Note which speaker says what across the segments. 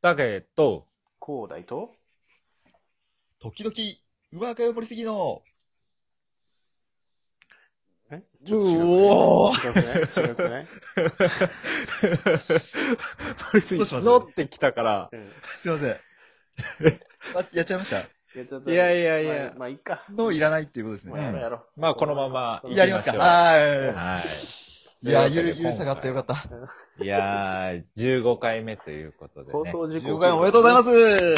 Speaker 1: だけど、
Speaker 2: 広大と、
Speaker 3: 時々、上手い森杉の、
Speaker 2: え
Speaker 1: うお
Speaker 2: 違くない違くない
Speaker 1: 森杉
Speaker 3: どうします
Speaker 1: 乗ってきたから、
Speaker 2: うん。
Speaker 3: すいません。あ やっちゃいました。
Speaker 2: やっちゃった
Speaker 1: いやいやいや
Speaker 2: まあ、まあ、いいか。
Speaker 3: のいらないっていうことです
Speaker 2: まあ、
Speaker 3: ね。
Speaker 2: やろうやろう。
Speaker 1: まあこのままうん
Speaker 3: やりますか。は
Speaker 1: は
Speaker 3: ーい。いや、ゆる、ゆるさがあってよかった。
Speaker 1: い。いやー、15回目ということで
Speaker 2: 放
Speaker 1: ね。
Speaker 2: 送事故。。
Speaker 3: 15回おめでとうございます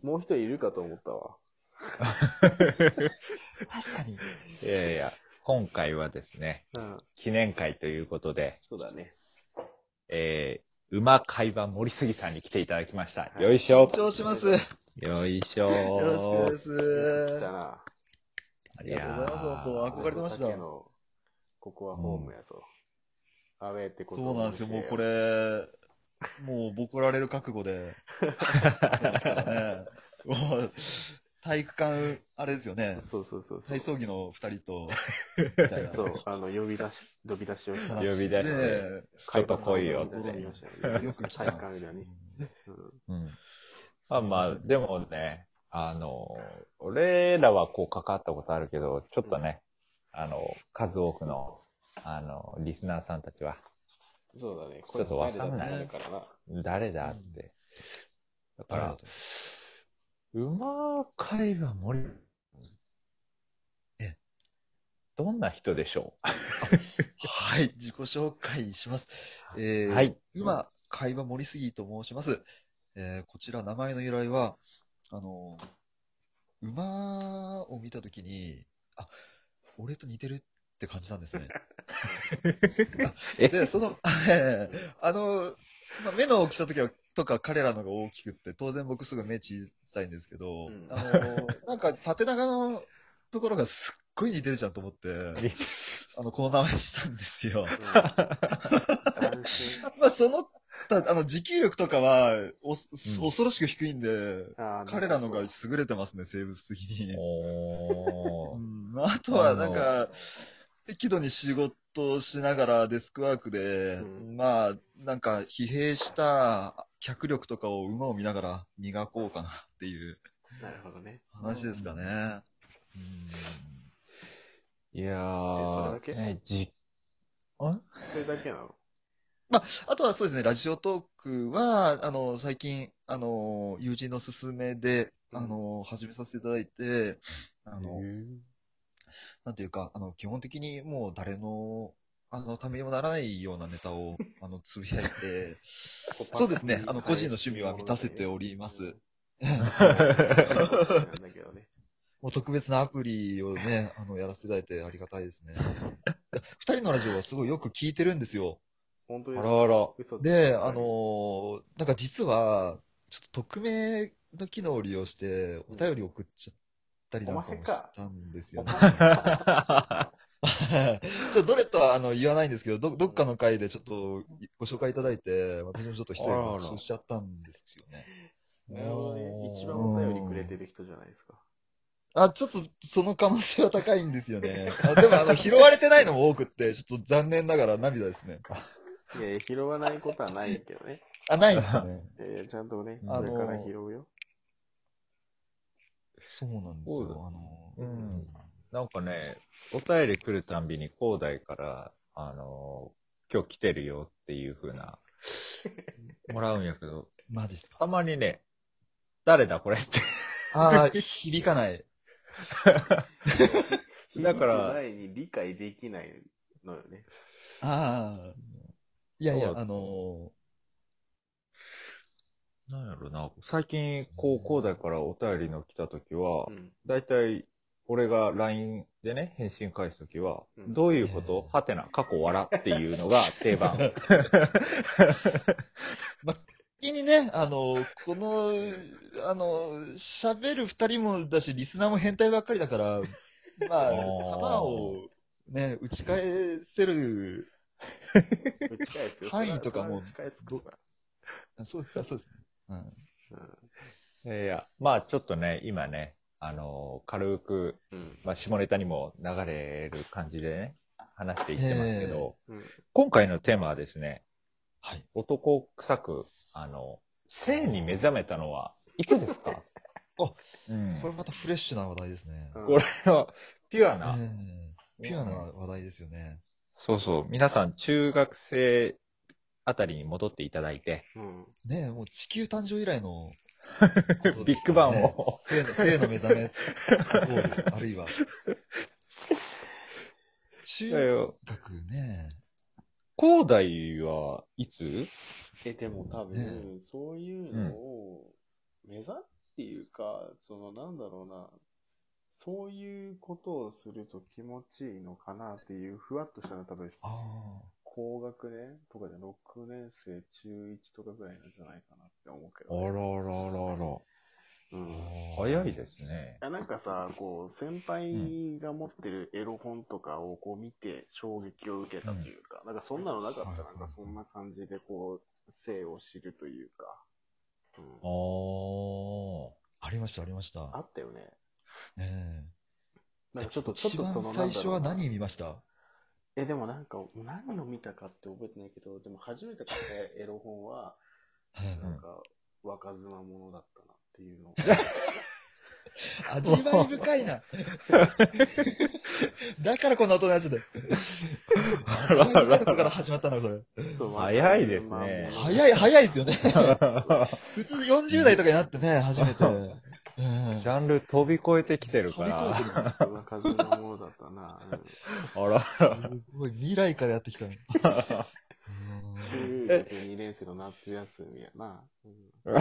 Speaker 3: す
Speaker 2: もう一人いるかと思ったわ。
Speaker 3: 確かに。
Speaker 1: うんいやいや、今回はですね、
Speaker 2: うん。
Speaker 1: 記念会ということで、
Speaker 2: そうだね。
Speaker 1: えー、馬会話森杉さんに来ていただきました。よいしょ。
Speaker 3: 緊張します。
Speaker 2: よ
Speaker 3: よ
Speaker 1: よいしょ。
Speaker 3: ろしくです。
Speaker 2: 来たな。
Speaker 1: あ
Speaker 3: りがとうございます本当憧れてました
Speaker 2: 俺ののここはホームやぞ。アウェーってこと
Speaker 3: そうなんですよ、もうこ。れ、もうボコられる覚悟で、やってますからね。もう体育館、あれですよね。
Speaker 2: そうそうそう。
Speaker 3: 体操着の二人と、み たいな。
Speaker 2: そう、あの、呼び出し、呼び出しをした
Speaker 3: 話で
Speaker 1: 呼び出してちょっと来いよって
Speaker 2: 呼びましたね
Speaker 3: よく来た
Speaker 2: 体育館裏に。うん
Speaker 1: うんまあまあ、でもね、あの、俺らはこう関わったことあるけど、ちょっとね、あの、数多くの、あの、リスナーさんたちは、
Speaker 2: そうだね。
Speaker 1: ちょっとわかんない
Speaker 2: これ二人だったからな。
Speaker 1: 誰だって。だか
Speaker 3: 誰だ
Speaker 1: ら
Speaker 3: と、
Speaker 1: 馬会は森、
Speaker 3: え
Speaker 1: どんな人でしょ
Speaker 3: はい、自己紹介します。え
Speaker 1: う
Speaker 3: ー、
Speaker 1: はい。
Speaker 3: 今、会話森杉と申します。えーこちら名前の由来は、あの、馬を見たときに、あ、俺と似てるって感じたんですね。
Speaker 1: え
Speaker 3: で、その、 えーあの、まあ、目の大きさとかとか彼らのが大きくって、当然僕すぐ目小さいんですけど、
Speaker 2: うん
Speaker 3: あの、なんか縦長のところがすっごい似てるじゃんと思って、あの、この名前したんですよ。
Speaker 2: うん斬新
Speaker 3: まあ、その、たあの、持久力とかは、おす、
Speaker 1: うん
Speaker 3: 恐ろしく低いんで、
Speaker 2: あー
Speaker 3: 彼らのが優れてますね、生物的に。う
Speaker 1: おー
Speaker 3: ん、まあ、あとは、なんか、適度に仕事をしながらデスクワークで、
Speaker 2: うん
Speaker 3: まあ、なんか、疲弊した脚力とかを馬を見ながら磨こうかなっていう
Speaker 2: なるほどね。
Speaker 3: 話ですかね。
Speaker 1: いや
Speaker 2: えそれだけ
Speaker 1: ー、ね、じ、ん
Speaker 2: それだけなの
Speaker 3: あとはそうですね、ラジオトークは、あの、最近、あの、友人の勧めで、あの、始めさせていただいて、あの、なんていうか、あの、基本的にもう誰の、あの、ためにもならないようなネタ を、あの、つぶやいて、そうですね、あの、個人の趣味は満たせており ます。。
Speaker 2: なんだけどね。
Speaker 3: もう特別なアプリをね、あの、やらせていただいてありがたいですね。 二人のラジオはすごいよく聞いてるんですよ。
Speaker 2: 本当
Speaker 1: あ
Speaker 2: に
Speaker 1: らあら。
Speaker 2: 嘘
Speaker 3: で、あ、の、なんか実は、ちょっと匿名の機能を利用して、お便り送っちゃったりなんかもしたんですよね。 ちょっとどれとはあの言わないんですけど、どどっかの回でちょっとご紹介いただいて、私もちょっと一人
Speaker 1: あらあら
Speaker 3: 爆笑しちゃったんですよね。
Speaker 2: なるほどね。一番お便りくれてる人じゃないですか。
Speaker 3: あ、ちょっとその可能性は高いんですよね。あでもあの拾われてないのも多くって、ちょっと残念ながら涙ですね。
Speaker 2: いやいや、拾わないことはないけどね。
Speaker 3: あ、ないです ね。
Speaker 2: いやいやちゃんとね、
Speaker 1: あ
Speaker 2: こ
Speaker 1: の
Speaker 2: れから拾うよ。
Speaker 3: そうなんです
Speaker 1: そうだ
Speaker 3: よ。あの、
Speaker 1: うん。なんかね、お便り来るたんびに、広大から、あのー今日来てるよっていう風な、もらうんやけ ど、
Speaker 3: マジっすか。
Speaker 1: たまにね、誰だこれって。
Speaker 3: あー響かない。
Speaker 1: だから
Speaker 2: 聞いてないに理解できないのよね。
Speaker 3: ああ。いやいや
Speaker 1: そう、だ
Speaker 3: あの
Speaker 1: なんやろな、最近、こう、広大からお便りの来た時は、
Speaker 2: うん。
Speaker 1: だいたい、俺が LINE でね、返信返すときは、
Speaker 2: うん
Speaker 1: どういうことはてな、過去笑っていうのが定 番。
Speaker 3: 先にね、あの、この、あの、喋る二人もだし、リスナーも変態ばっかり だから、まあ、
Speaker 1: あ
Speaker 3: 球
Speaker 1: ー
Speaker 3: をね、打ち返せる、
Speaker 2: 打ち返すよ。
Speaker 3: 範囲とかも
Speaker 2: 打ち返すから
Speaker 3: あそうです、あそうですね。
Speaker 1: いやいや、まあちょっとね、今ね、あのー軽く、
Speaker 2: うん。
Speaker 1: まあ、下ネタにも流れる感じでね、話していってますけど、
Speaker 2: うん。
Speaker 1: 今回のテーマはですね、
Speaker 3: はい
Speaker 1: 男臭く、あの、性に目覚めたのは、いつですか
Speaker 3: あ、
Speaker 1: うん
Speaker 3: これまたフレッシュな話題ですね。
Speaker 2: うん
Speaker 1: これは、 ピュアな。
Speaker 3: ええピュアな話題ですよね。
Speaker 1: そうそう。皆さん、中学生あたりに戻っていただいて、
Speaker 2: うん。
Speaker 3: ねえ、もう地球誕生以来の、
Speaker 1: ビッグバンを
Speaker 3: 性の、性の目覚め、 イコールあるいは。中学ね。
Speaker 1: 高大はいつ
Speaker 2: え、でも多分、
Speaker 3: ね
Speaker 2: そういうのを、目指っていうか、そのなんだろうな、そういうことをすると気持ちいいのかなっていう、ふわっとしたのは多分、
Speaker 3: あ
Speaker 2: 高学年とかで6年生、中1とかぐらいなんじゃないかなって思うけ
Speaker 1: あ
Speaker 2: ど
Speaker 1: ら
Speaker 2: ね、
Speaker 1: ららら
Speaker 2: うん。
Speaker 1: ら。早いですね
Speaker 2: い。やなんかさ、こう、先輩が持ってるエロ本とかをこう見て衝撃を受けたというか、なんかそんなのなかったら、な
Speaker 3: は
Speaker 2: いんかそんな感じでこう、性を知るというか、うん
Speaker 1: あー。
Speaker 3: あ。ありました、ありまし
Speaker 2: あ
Speaker 3: た。
Speaker 2: ったよね。
Speaker 3: ええ
Speaker 2: なんかちょっと、ち
Speaker 3: 一
Speaker 2: ょっ
Speaker 3: 番
Speaker 2: とその
Speaker 3: 最初は
Speaker 2: なんだろう
Speaker 3: 何
Speaker 2: な
Speaker 3: 見ました
Speaker 2: え、でもなんか、何を見たかって覚えてないけど、でも初めて買ったエロ本は、
Speaker 3: はい
Speaker 2: なんか、若妻ものだったなっていうのを。
Speaker 3: 味わい深いな。だからこんな大人のやつで。味わい深いとこから始まったな、それ。
Speaker 2: そう
Speaker 1: 早いですね
Speaker 3: 早い、早いです
Speaker 2: よ。
Speaker 3: よね。
Speaker 1: ジ
Speaker 3: 普通40代とかになってね、初めて。うん
Speaker 1: ャンル飛び越えてきてるから。
Speaker 2: 若妻ものだったな。うん
Speaker 1: あら。
Speaker 3: すごい、未来からやってきたの。うん
Speaker 2: 中学2年生の夏休みやな。うん
Speaker 1: 青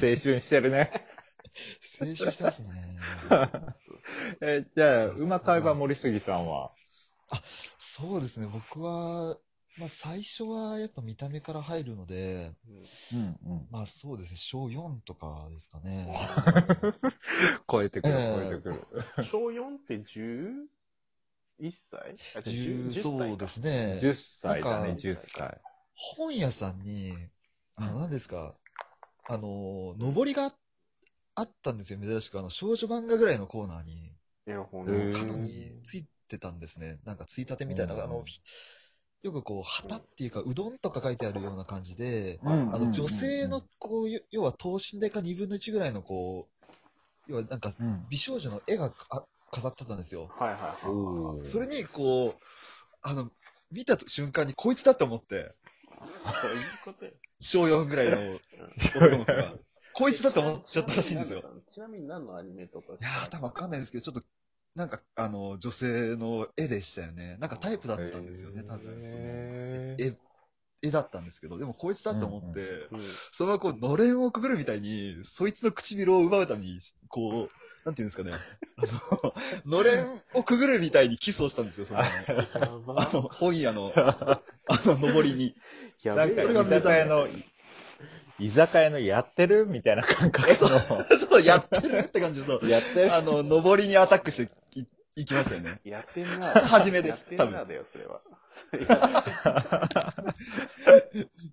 Speaker 1: 春してる ね。
Speaker 3: 青春してますね。
Speaker 1: え、じゃあ、馬会話森杉さんは。
Speaker 3: そうですね、僕は、まあ最初はやっぱ見た目から入るので、
Speaker 2: う
Speaker 1: う
Speaker 2: ん
Speaker 1: んうん。
Speaker 3: まあそうですね、小4とかですかね。
Speaker 1: 超えてくる、
Speaker 3: ええ
Speaker 1: 超えてくる。
Speaker 2: 小4って11歳あ
Speaker 3: 10
Speaker 2: 10
Speaker 3: そうで
Speaker 2: 歳か
Speaker 3: すね。
Speaker 1: 10歳だ
Speaker 3: なん
Speaker 1: ね、
Speaker 3: か
Speaker 1: 10歳。
Speaker 3: 本屋さんに、あ
Speaker 1: う
Speaker 3: の、
Speaker 1: ん
Speaker 3: 何ですか、あの、上りがあったんですよ、珍しく。あの、少女漫画ぐらいのコーナーに、
Speaker 2: エロ
Speaker 1: へ
Speaker 2: 本
Speaker 1: ー
Speaker 3: 角 についてたんですね。なんか、ついたてみたいな、
Speaker 1: うん
Speaker 3: あの、よくこう、旗っていうか、うどんとか書いてあるような感じで、
Speaker 1: うん
Speaker 3: あの、女性の、、こう、よ要は、等身大か2分の1ぐらいの、こう、要は、なんか、
Speaker 1: うん。
Speaker 3: 美少女の絵がか飾ってたんですよ。
Speaker 2: はいはいはい。
Speaker 1: おー
Speaker 3: それに、こう、あの、見た瞬間に、こいつだって思って、
Speaker 2: そういうことよ
Speaker 3: 小4ぐらいの男の子が。こいつだと思っちゃったらしい んですよ。。
Speaker 2: ちなみに何のアニメとか
Speaker 3: いやー、多分わかんないですけど、ちょっと、なんか、あの、女性の絵でしたよね。なんかタイプだったんですよね、多分。その
Speaker 1: へー
Speaker 3: 絵、絵だったんですけど、でもこいつだと思って、
Speaker 2: うん
Speaker 3: そのままこう、のれんをくぐるみたいに、そいつの唇を奪うために、こう、なんていうんですかね、あ の、のれんをくぐるみたいにキスをしたんですよ、その、あ
Speaker 2: や ば
Speaker 3: の、本屋の、あの、上りに。
Speaker 2: や
Speaker 1: なん
Speaker 2: べ
Speaker 1: か、
Speaker 2: え
Speaker 3: それ
Speaker 2: よ
Speaker 3: が
Speaker 1: 居
Speaker 3: 目
Speaker 1: 酒
Speaker 3: 覚
Speaker 1: 屋
Speaker 3: め
Speaker 1: の、居酒屋のやってるみたいな感覚
Speaker 3: そう、やってるって感じで、そう
Speaker 1: の、 やってる
Speaker 3: あの、上りにアタックしていいきましたよね。
Speaker 2: やってんな。
Speaker 3: 初めです
Speaker 2: やってんなだよ、それは。それ は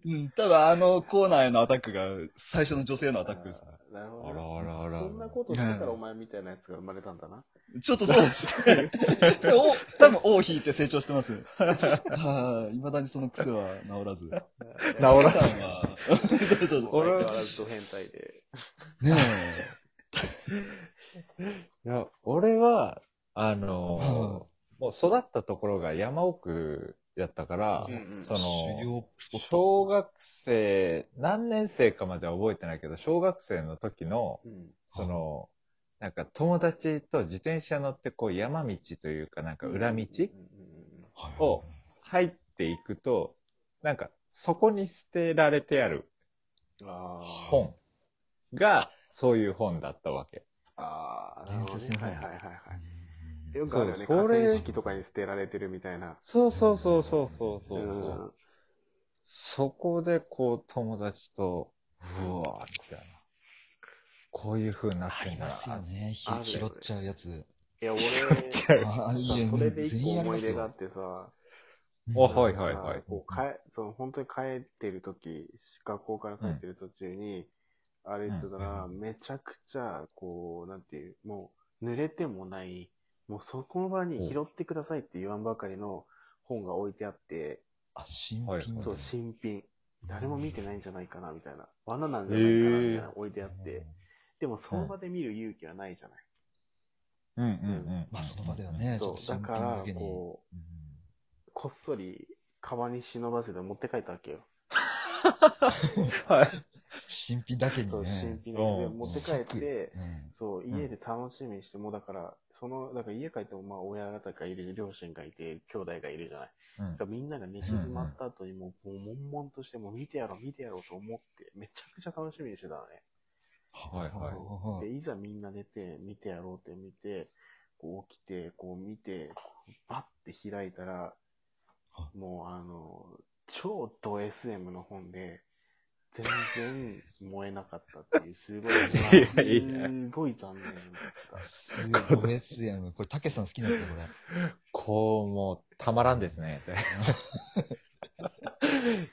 Speaker 3: うん、ただあのコーナーへのアタックが最初の女性のアタックですね。
Speaker 2: なる
Speaker 1: あ
Speaker 2: ほど。
Speaker 1: らあらあら。
Speaker 2: そんなことしてからお前みたいなやつが生まれたんだな。
Speaker 3: ちょっとそうですね。 お多分、尾を引いて成長してます。はい、未だにその癖は治らず。
Speaker 1: 治 ら
Speaker 3: さ
Speaker 1: ず
Speaker 3: んは、そうそうそ
Speaker 2: 俺
Speaker 1: 俺は
Speaker 2: は相変わらずド変態で。
Speaker 3: う。ね
Speaker 1: いや、俺は、あのー
Speaker 3: は
Speaker 1: もう育ったところが山奥だったから、
Speaker 3: うん
Speaker 2: うん
Speaker 1: その
Speaker 3: え。、修行スポット。
Speaker 1: 小学生、何年生かまでは覚えてないけど、小学生の時の、
Speaker 2: うん。
Speaker 1: その、なんか友達と自転車乗ってこう山道というかなんか裏道
Speaker 2: うんうんうん
Speaker 3: はい
Speaker 1: を入っていくと、なんかそこに捨てられてある
Speaker 2: あー
Speaker 1: 本が、そういう本だったわけ。
Speaker 2: あー、なるほどね。
Speaker 3: 伝説の
Speaker 2: はいは
Speaker 3: 本
Speaker 2: いはいは
Speaker 3: うん
Speaker 2: い。よくあるよね。
Speaker 1: そうそ
Speaker 2: 河
Speaker 1: れ
Speaker 2: 川敷とかに捨てられてるみたいな。
Speaker 1: そうそうそうそうそうそう。
Speaker 2: うん
Speaker 1: そこでこう友達と、うわーみたいな。こういう風になっ
Speaker 3: あ
Speaker 1: て
Speaker 3: り
Speaker 1: んだ
Speaker 3: ま
Speaker 1: な。
Speaker 3: すよね。ひ
Speaker 2: ある
Speaker 3: 拾っちゃうやつ。
Speaker 2: いや、俺、
Speaker 1: ちゃ う
Speaker 3: あ、いいえ、
Speaker 2: それで
Speaker 3: 全
Speaker 2: 一個
Speaker 3: 員あり
Speaker 2: 思
Speaker 3: ま
Speaker 2: い
Speaker 3: す
Speaker 2: 出があっ
Speaker 3: よ。
Speaker 2: てさ、
Speaker 1: あはい
Speaker 3: うん
Speaker 1: はいはい。
Speaker 2: こう、帰、その、本当に帰ってる時、学校から帰ってる途中に、歩いてたら、めちゃくちゃ、こう、なんていう、もう、濡れてもない、もうそこの場に拾ってくださいって言わんばかりの本が置いてあって、
Speaker 3: あ、新
Speaker 1: はい
Speaker 3: 品。
Speaker 2: そう、新品。誰も見てないんじゃないかな、みたいな。罠なんじゃないかな、みたいな、置いてあって。でも、その場で見る勇気はないじゃない。
Speaker 1: うんうんうん。
Speaker 3: まあ、その場では。ね、ちょ
Speaker 2: そ
Speaker 3: っと
Speaker 2: う。だ
Speaker 3: 新
Speaker 2: か
Speaker 3: 品だ
Speaker 2: ら
Speaker 3: け、に。
Speaker 2: こ
Speaker 3: うん
Speaker 2: う、こっそり、カバンに忍ばせて持って帰ったわけよ。
Speaker 1: はい。
Speaker 3: 新品だけに
Speaker 2: そう、新
Speaker 3: ね。
Speaker 2: 品ので
Speaker 1: うん
Speaker 2: 持って帰って、
Speaker 3: うん
Speaker 2: そう、
Speaker 1: ん
Speaker 2: 家で楽しみにして、もうだから、その、だから家帰っても、まあ、親方がいる、両親がいて、兄弟がいるじゃない。だからみんなが寝静まった後にもう、もう、悶々として、もう見てやろう、見てやろうと思って、めちゃくちゃ楽しみにしてたのね。
Speaker 1: はい
Speaker 3: はい
Speaker 2: そうで、いざみんな寝て、見てやろうって見て、こう起きて、こう見て、こうバッて開いたら、もうあの、超ド SM の本で、全然燃えなかったっていう、すごい、
Speaker 1: やいや
Speaker 2: すごい残念だっ
Speaker 3: すごい、ド S やん。これ、たけさん好きなやつだ、これ。
Speaker 1: こう、もう、たまらんです ね。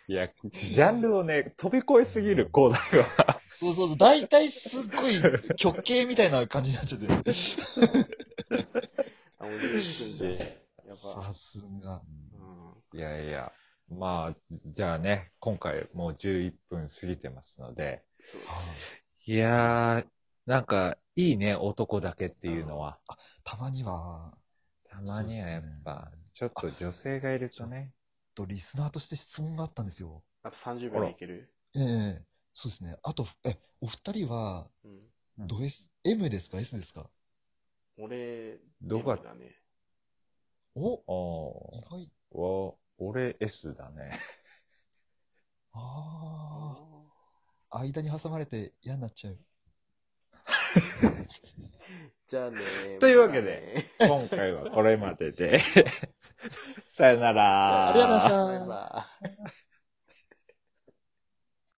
Speaker 1: いや、ジャンルをね、飛び越えすぎる、広大は。
Speaker 3: そうそう、大体すっごい極刑みたいな感じになっちゃって。
Speaker 2: た。あ、俺、ゆうくんって、やっぱ
Speaker 3: さ、すが。
Speaker 2: う
Speaker 1: いやいや、まあ、じゃあね、今回もう11分過ぎてますので、いやー、なんか、いいね、男だけっていうのは。
Speaker 3: たまには、
Speaker 1: たまにはやっぱ、ちょっと女性がいるとね。
Speaker 3: とリスナーとして質問があったんですよ。
Speaker 2: ん。あと30秒でいける
Speaker 3: ええそうですね。あと、え、お二人は、
Speaker 2: うん。
Speaker 3: ド S、M ですか ?S ですか
Speaker 2: 俺、
Speaker 1: どこが
Speaker 2: M だね。
Speaker 3: お
Speaker 1: お
Speaker 3: 意外。
Speaker 1: ーわ、俺 S だね。
Speaker 3: ああ、間に挟まれて嫌になっちゃう。
Speaker 2: じゃあね。
Speaker 1: というわけで
Speaker 2: またね。
Speaker 1: 今回はこれまでで。さよなら。
Speaker 3: ありがとうございました
Speaker 2: バイバイ